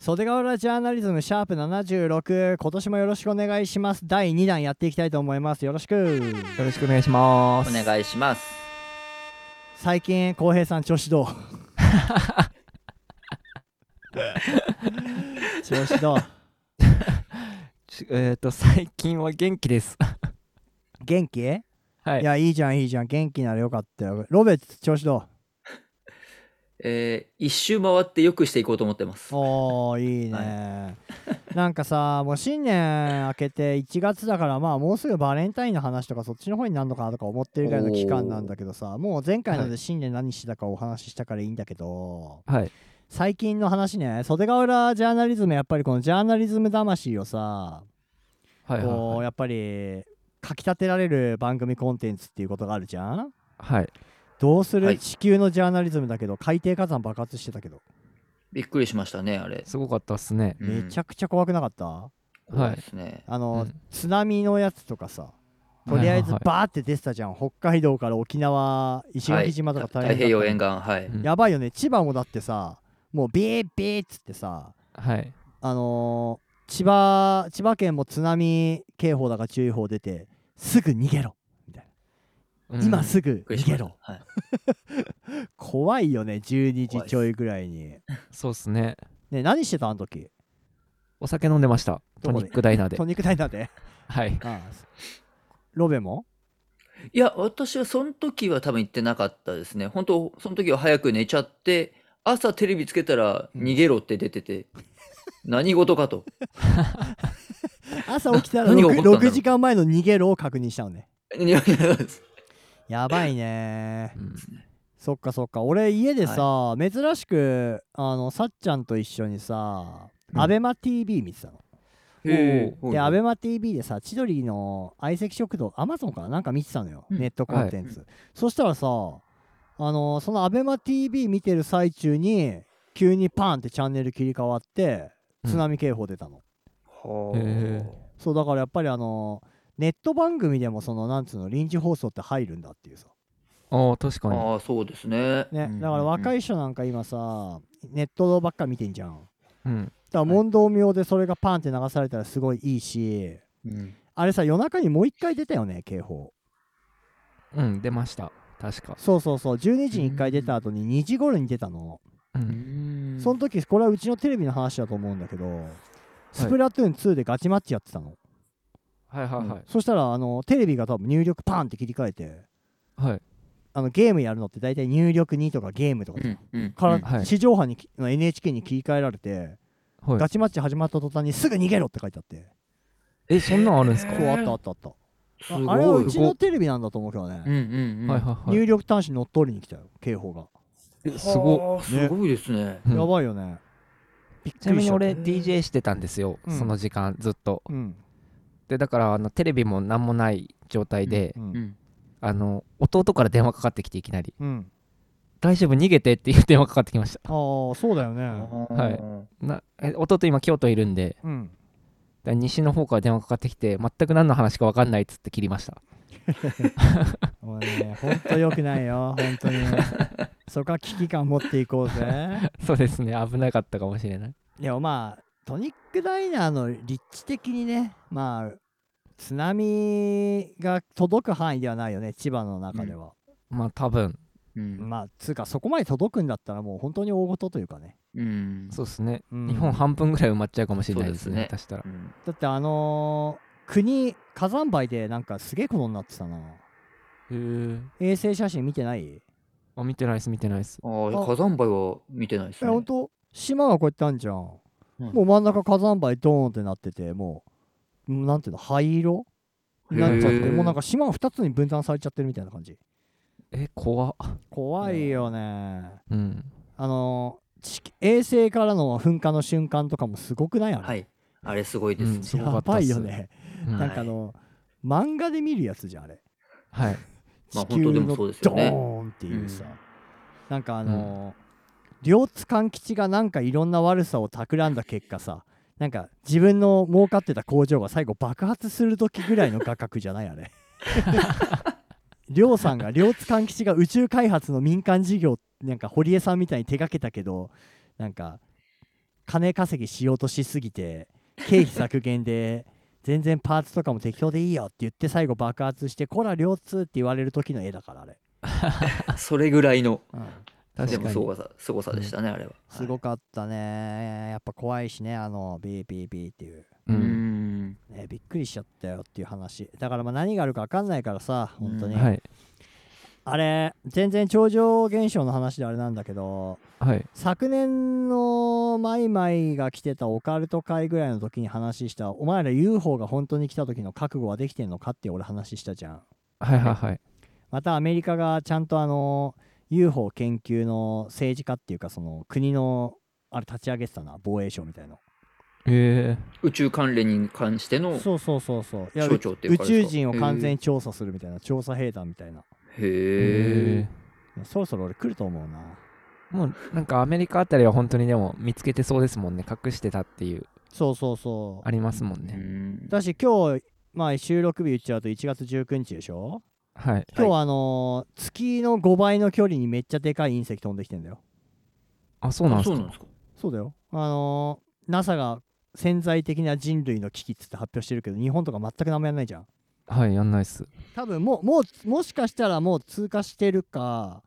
袖ヶ浦ジャーナリズムシャープ76今年もよろしくお願いします第2弾やっていきたいと思いますよろしくよろしくお願いしまおす。願いします最近浩平さん調子どう調子どうちえっ、と最近は元気です。元気、い、 はい。やいいじゃんいいじゃん元気ならよかったよロベッツ調子どえー、一周回ってよくしていこうと思ってますうおーいいね、なんかさもう新年明けて1月だからまあもうすぐバレンタインの話とかそっちの方になるのかなとか思ってるぐらいの期間なんだけどさもう前回のはで新年何してたかお話ししたからいいんだけど、はい。最近の話ね袖ヶ浦ジャーナリズムやっぱりこのジャーナリズム魂をさはい。はいこうはい。やっぱりかきたてられる番組コンテンツっていうことがあるじゃんはい。どうすはるい地球のジャーナリズムだけど海底火山爆発してたけどびっくりしましたねあれ、すごかったっすね。うんめちゃくちゃ怖くなかった怖いですねあうのん津波のやつとかさとりあえずはいはいバーって出てたじゃん北海道から沖縄石はい垣島とかた大変だった太平洋沿岸はい、うんやばいよね千葉もだってさもうビービーっつってさはい。あのー千葉千葉県も津波警報だか注意報出てすぐ逃げろみたいはな、い。今すぐびっく逃りしげましたろはい、怖いよね12時怖いっすちょいぐらいにそうっすね。ね何してたあの時お酒飲んでました。どトこでニックダイナーでト。ニックダイナーで はい。ああロベもいや私はその時は多分行ってなかったですね本当その時は早く寝ちゃって朝テレビつけたらうん逃げろって出 てて、何事かと朝起きたら何が 6, 起こったんだろう時間前の逃げろを確認したのねいやいややばいねうんそっかそっか俺家でさ、珍しくあのさっちゃんと一緒にさ、うんアベマ t v 見てたのへおーで、はアいベマ t v でさ、千鳥の相席食堂、アマゾンかななんか見てたのよ、うんネットコンテンツ。そしたらさ、あのーそのアベマ t v 見てる最中に、急にパーンってチャンネル切り替わって、うん津波警報出たの。はへーそう、だからやっぱりあのーネット番組でもその、なんつうの、臨時放送って入るんだっていうさ。ああ、確かに。ああそうですねね、だから若い人なんか今さ、ネットばっか見てんじゃん。うん。だから問答無用でそれがパーンって流されたらすごいいいし、うんうんあれさ、夜中にもう一回出たよね、警報。うん。出ました。確か。そうそうそう12時に1回出た後に2時頃に出たの、う。うんんその時これはうちのテレビの話だと思うんだけど、スプラトゥーン2でガチマッチやってたの、はいはいはい。そしたらあのテレビが多分入力パーンって切り替えてはい。あのゲームやるのって大体入力2とかゲームとか、うんうんかうんらはい地上波にき、の NHK に切り替えられて、はガい。チマッチ始まった途端にすぐ逃げろって書いてあって、え、そんなんあるんですか。へはーいそうあったあったあったすああれはごういちのテレビなんだと思うけどね、うんうんうんはいはい。入力端子乗っ取りに来たよ警報が、えすごあーすごいですね。い。うんやばいよねびっくりしちなみにた俺 DJ してたんですよ、うんその時間ずっとうんでだからあのテレビも何もない状態で、うんうんあの弟から電話かかってきていきなりうん「大丈夫逃げて」っていう電話かかってきましああそうだよねはいたなえ弟今京都いるんでうんだから西の方から電話かかってきて全く何の話か分かんないっつって切りました もうねほんとよくないよほんとにそこは危機感持っていこうぜそうですね危なかったかもしれないでもまあトニックダイナーの立地的にねまあ津波が届く範囲ではないよね千葉の中では、まあ多分うんまあつうかそこまで届くんだったらもう本当に大事というかね、うんそうですね、うん日本半分ぐらい埋まっちゃうかもしれないですね下そう手したらうんだってあのー国火山灰でなんかすげえことになってたなへえ衛星写真見てないあ見てないです見てないですあー火山灰は見てないですえ、ね。ほんと島がこうやってあんじゃん、うんもう真ん中火山灰ドーンってなっててもううんなんていうの灰色になっちゃっへてーもうなんか島が2つに分断されちゃってるみたいな感じえ怖っ怖いよね、うんあの地球衛星からの噴火の瞬間とかもすごくないあれ、はい。あれすごいですうんね。すごかやったばっいすよね、うんなはんいかあの漫画で見るやつじゃんあれまあ地球本当でのもそドうですよねーンっていうさ、うんなんかあのー両津勘吉がなんかいろんな悪さを企んだ結果さなんか自分の儲かってた工場が最後爆発する時ぐらいの画角じゃないあれ両さんが両津勘吉が宇宙開発の民間事業なんか堀江さんみたいに手掛けたけどなんか金稼ぎしようとしすぎて経費削減で全然パーツとかも適当でいいよって言って最後爆発して「こら両通」って言われる時の絵だからあれ、 それぐらいの、うん確でもかすにごさ、すごさでしたね、あれは。すごかったねやっぱ怖いしねあのビービービーっていう、ううーんん。ね、びっくりしちゃったよっていう話だからまあ何があるか分かんないからさ本当に、はいあれ全然超常現象の話であれなんだけどはい昨年のマイマイが来てたオカルト会ぐらいの時に話したお前ら UFO が本当に来た時の覚悟はできてんのかって俺話したじゃんはいはいはいまたアメリカがちゃんとあの UFO 研究の政治家っていうかその国のあれ立ち上げてたな防衛省みたいなえ宇宙関連に関してのそうそうそうそういや省庁っていう宇か宙人を完全に調査するみたいな調査兵団みたいなへえ。えそろそろ俺来ると思うなもうなんかアメリカあたりは本当にでも見つけてそうですもんね隠してたっていうそうそうそうありますもんうねんだし今日まあ収録日言っちゃうと1月19日でしょはい今日はあのー月の5倍の距離にめっちゃでかい隕石飛んできてんだよあそうなんあですそうかなんですか。そうだよあのー NASA が潜在的な人類の危機っつって発表してるけど日本とか全く何もやんないじゃんはいやんないっす多分もうもうもしかしたらもう通過してるか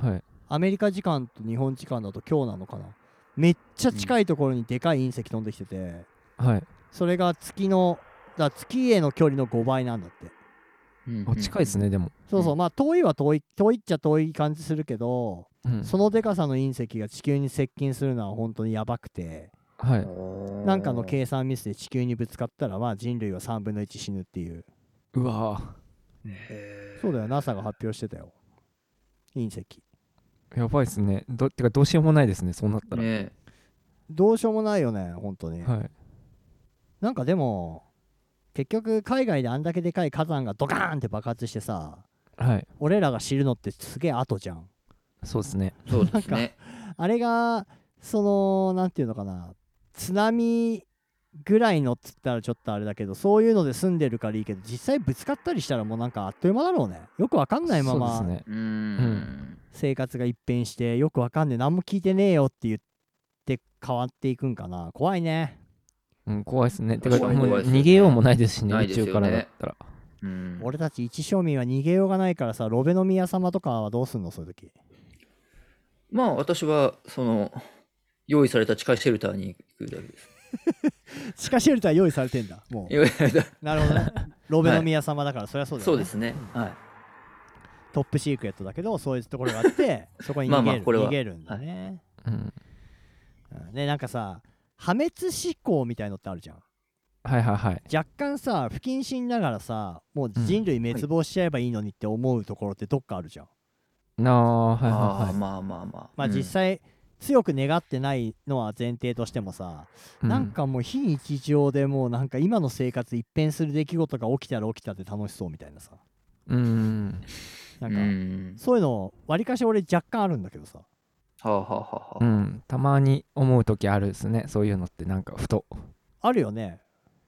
はいアメリカ時間と日本時間だと今日なのかなめっちゃ近いところにでかい隕石飛んできてて、はいそれが月のだから月への距離の5倍なんだってうんあ近いです。ねでもそうそう、うまあ遠いは遠い遠いっちゃ遠い感じするけどうんそのでかさの隕石が地球に接近するのは本当にやばくてはういんなんかの計算ミスで地球にぶつかったらまあ人類は3分の1死ぬっていううわーへーそうだよ NASA が発表してたよ隕石やばいっすね。どてかどうしようもないですね、そうなったら。ねどうしようもないよね本当に、はい、なんかでも結局海外であんだけでかい火山がドカーンって爆発してさはい、俺らが知るのってすげえ後じゃんそうですね。そうですなんね。あれがそのなんていうのかな津波ぐらいのっつったらちょっとあれだけどそういうので住んでるからいいけど実際ぶつかったりしたらもうなんかあっという間だろうねよくわかんないまそうでますね。うー。うん生活が一変してよくわかんねえ何も聞いてねえよって言って変わっていくんかな怖いねうん、怖いですね。てか、も怖うい怖いっすよね逃げようもないですしね、ない宇ですよ宙かねらだったら。うん俺たち一庶民は逃げようがないからさロベノミヤ様とかはどうすんのそういう時まあ私はその用意された地下シェルターに行くだけです。地下シェルター用意されてんだもう用意されたなるほど ねロベノミヤ様だからそりゃそうだよねそうですね。はい。トップシークレットだけどそういうところがあって そこに逃げるまあまあこれは逃げるんだね、うん、うんでなんかさ破滅思考みたいのってあるじゃんはいはいはい。若干さ不謹慎ながらさもう人類滅亡しちゃえばいいのにって思うところってどっかあるじゃん、なあ、はいあはあいはい。まあまあまあ。まあうん実。際、強く願ってないのは前提としてもさ、うなん、かもう非日常でもうなんか今の生活一変する出来事が起きたら起きたって楽しそうみたいなさうん、なうんかん。そういうのわりかし俺若干あるんだけどさはあはあはあはうあ。ん、たまに思う時あるですね、そういうのって、なんかふと。あるよね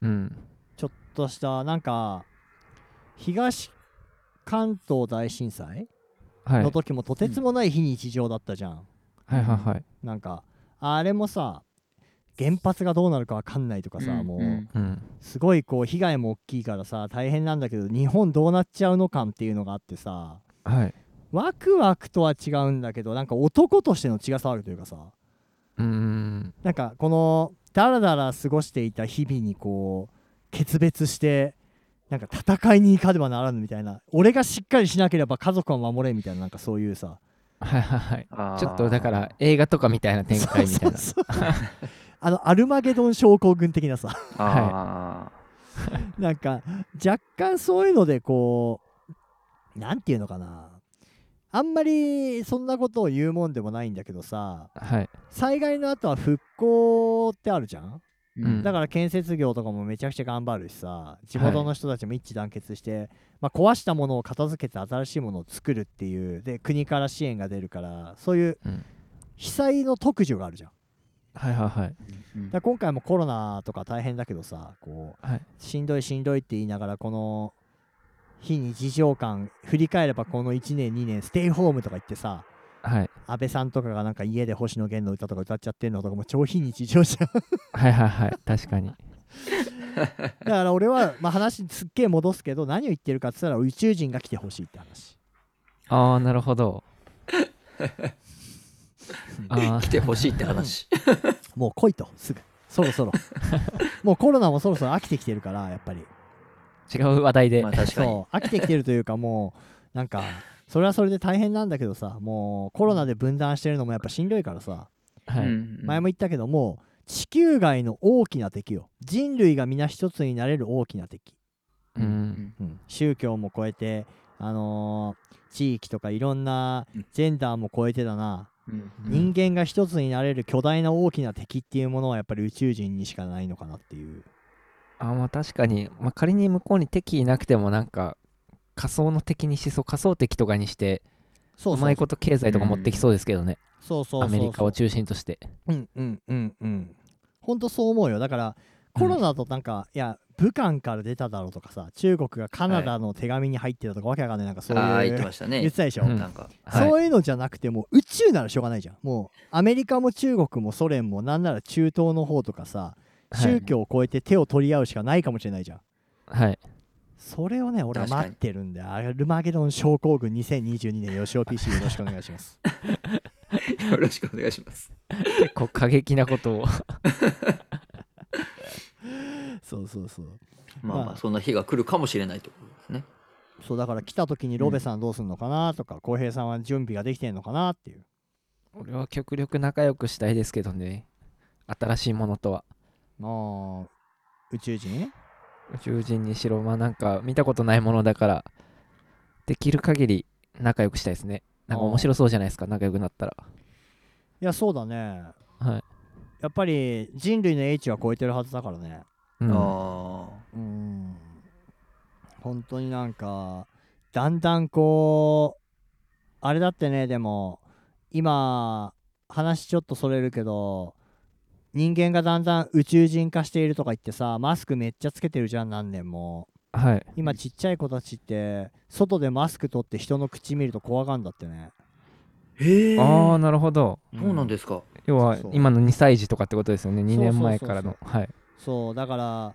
うん、ちょっとしたなんか東関東大震災はい、はのい時もとてつもない非日常だったじゃん、はいはい。なんかあれもさ原発がどうなるかわかんないとかさ、んもんううん、すごいこう被害も大きいからさ大変なんだけど日本どうなっちゃうの感っていうのがあってさはい。ワクワクとは違うんだけどなんか男としての血が騒ぐというかさうん、なんかこのダラダラ過ごしていた日々にこう決別してなんか戦いに行かねばならぬみたいな俺がしっかりしなければ家族は守れみたいななんかそういうさはいはいはい。あーちょっとだから映画とかみたいな展開みたいな。そうそうそうあのアルマゲドン症候群的なさ あなんか若干そういうのでこうなんていうのかなあんまりそんなことを言うもんでもないんだけどさはい、災害の後は復興ってあるじゃんー。うんだから建設業とかもめちゃくちゃ頑張るしさ地元の人たちも一致団結して、まあ、壊したものを片付けて新しいものを作るっていうで国から支援が出るからそういううん被災の特需があるじゃんだはいはいはい。うんから今回もコロナとか大変だけどさこはいうしんどいしんどいって言いながらこの非日常感振り返ればこの1年2年ステイホームとか言ってさはい安倍さんとかがなんか家で星野源の歌とか歌っちゃってるのとかも超非日常じゃんはいはいはい確かにだから俺は、まあ、話すっげえ戻すけど何を言ってるかっつったら宇宙人が来てほしいって話ああなるほど あ来てほしいって話。もう来いとすぐそろそ ろもうコロナもそろそろ飽きてきてるからやっぱりー違う話題で、まあ確かに。そう飽きてきてるというかもうなんかそれはそれで大変なんだけどさもうコロナで分断してるのもやっぱしんどいからさはいうん前も言ったけどもう地球外の大きな敵よ人類が皆一つになれる大きな敵、うんうん宗教も超えてあのー地域とかいろんなうんジェンダーも超えてだな、うん人間が一つになれる巨大な大きな敵っていうものはやっぱり宇宙人にしかないのかなっていうあーまあ確かに、まあ、仮に向こうに敵いなくてもなんか仮想の敵にしそう仮想敵とかにしてそううそまういこと経済とか持ってきそうですけどねそうそうそうアメリカを中心としてうんうんうんうんほんとそう思うよだからコロナとなんか、いや武漢から出ただろうとかさ中国がカナダの手紙に入ってたとか、わけわかんないなんかそういうああ、言ってました言っねて。たでしょ、うんなんか。はいそういうのじゃなくてもう宇宙ならしょうがないじゃんもうアメリカも中国もソ連もなんなら中東の方とかさ宗教を超えて手を取り合うしかないかもしれないじゃん、はいそれをね俺は確か待にってるんでアルマゲドン症候群2022年吉尾 PC よろしくお願いしますよろしくお願いし ます。結構過激なことをそうそうそうまあままああ、そんな日が来るかもしれないということですね。そうだから来た時にロベさんどうすんのかなとか浩、平さんは準備ができてんのかなっていう俺は極力仲良くしたいですけどね新しいものとはああ宇宙人宇宙人にしろまあなんか見たことないものだからできる限り仲良くしたいですねなんか面白そうじゃないですか仲良くなったらいやそうだねはい、やっぱり人類の英知は超えてるはずだからねうん、あうーん本当になんかだんだんこうあれだってねでも今話ちょっとそれるけど人間がだんだん宇宙人化しているとか言ってさマスクめっちゃつけてるじゃん何年もはい今ちっちゃい子たちって外でマスク取って人の口見ると怖がんだってねあ。へえ。ああそなるほどうなんでですか。要はそうそう今の2歳児とかってことですよね2年前そうそうそうそうからのはいそうだから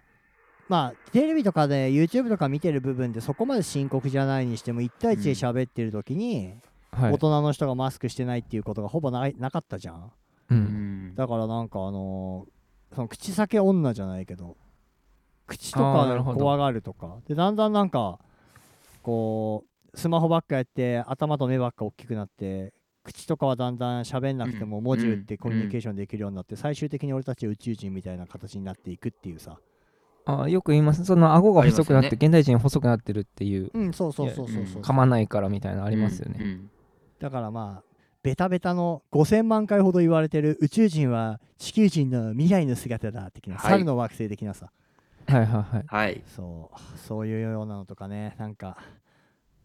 まあテレビとかで YouTube とか見てる部分でそこまで深刻じゃないにしても1対1で喋ってる時に、は大い、人の人がマスクしてないっていうことがほぼないなかったじゃんう、うんんだからなんかあのーその口裂け女じゃないけど口とあーなるかほど怖がるとかでだんだんなんかこうスマホばっかやって頭と目ばっか大きくなって口とかはだんだん喋んなくてもうん文字打ってうんコミュニケーションできるようになって最終的に俺たちは宇宙人みたいな形になっていくっていうさあーよく言いますその顎が細くなって、あります現代人細くなってるっていううんそうそうそうそうそう噛まないからみたいなのあありますよね、ね。だからまあベタベタの5000万回ほど言われてる宇宙人は地球人の未来の姿だ的な、はい猿の惑星的なさはいはいはいはい。そうそういうようなのとかねなんか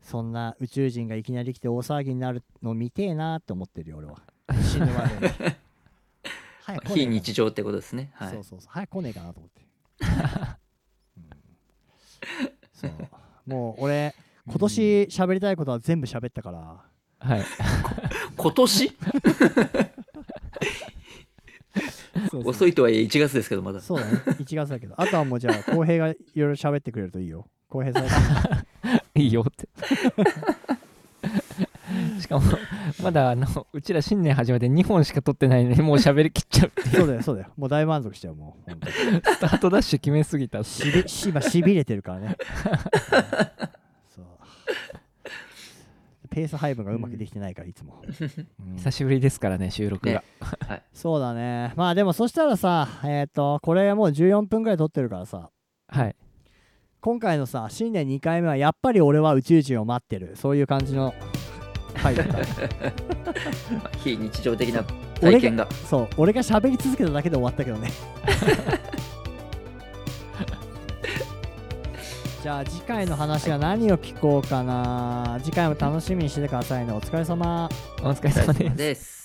そんな宇宙人がいきなり来て大騒ぎになるの見てえなと思ってるよ俺は死ぬまでに早く来ねえ非かな日常ってことですね。はそ。いうそうそう早く来ねえかなと思って、 うんそうもう俺今年喋りたいことは全部喋ったからはい今年そうそう遅いとはいえ1月ですけど、まだ。そうだね。1月だけど。あとはもうじゃあ、浩平がいろいろ喋ってくれるといいよ。浩平さん。いいよってしかもまだあのうちら新年始めて2本しか撮ってないのにもう喋りきっちゃうっていうそうだよ、そうだよ。もう大満足しちゃう、もう。本当にスタートダッシュ決めすぎたっしびし今、しびれてるからね。そう。ペース配分がうまくできてないから、いつも。うん久しぶりですからね収録が、ねはい。そうだね。まあでも、そしたらさ、えっ、と、これもう14分ぐらい撮ってるからさ、はい今回のさ、新年2回目は、やっぱり俺は宇宙人を待ってる。そういう感じの回だった。まあ非日常的な体験が。そう、俺が喋り続けただけで終わったけどね。じゃあ次回の話は何を聞こうかな。次回も楽しみにしててくださいね。お疲れ様。お疲れ様ですです。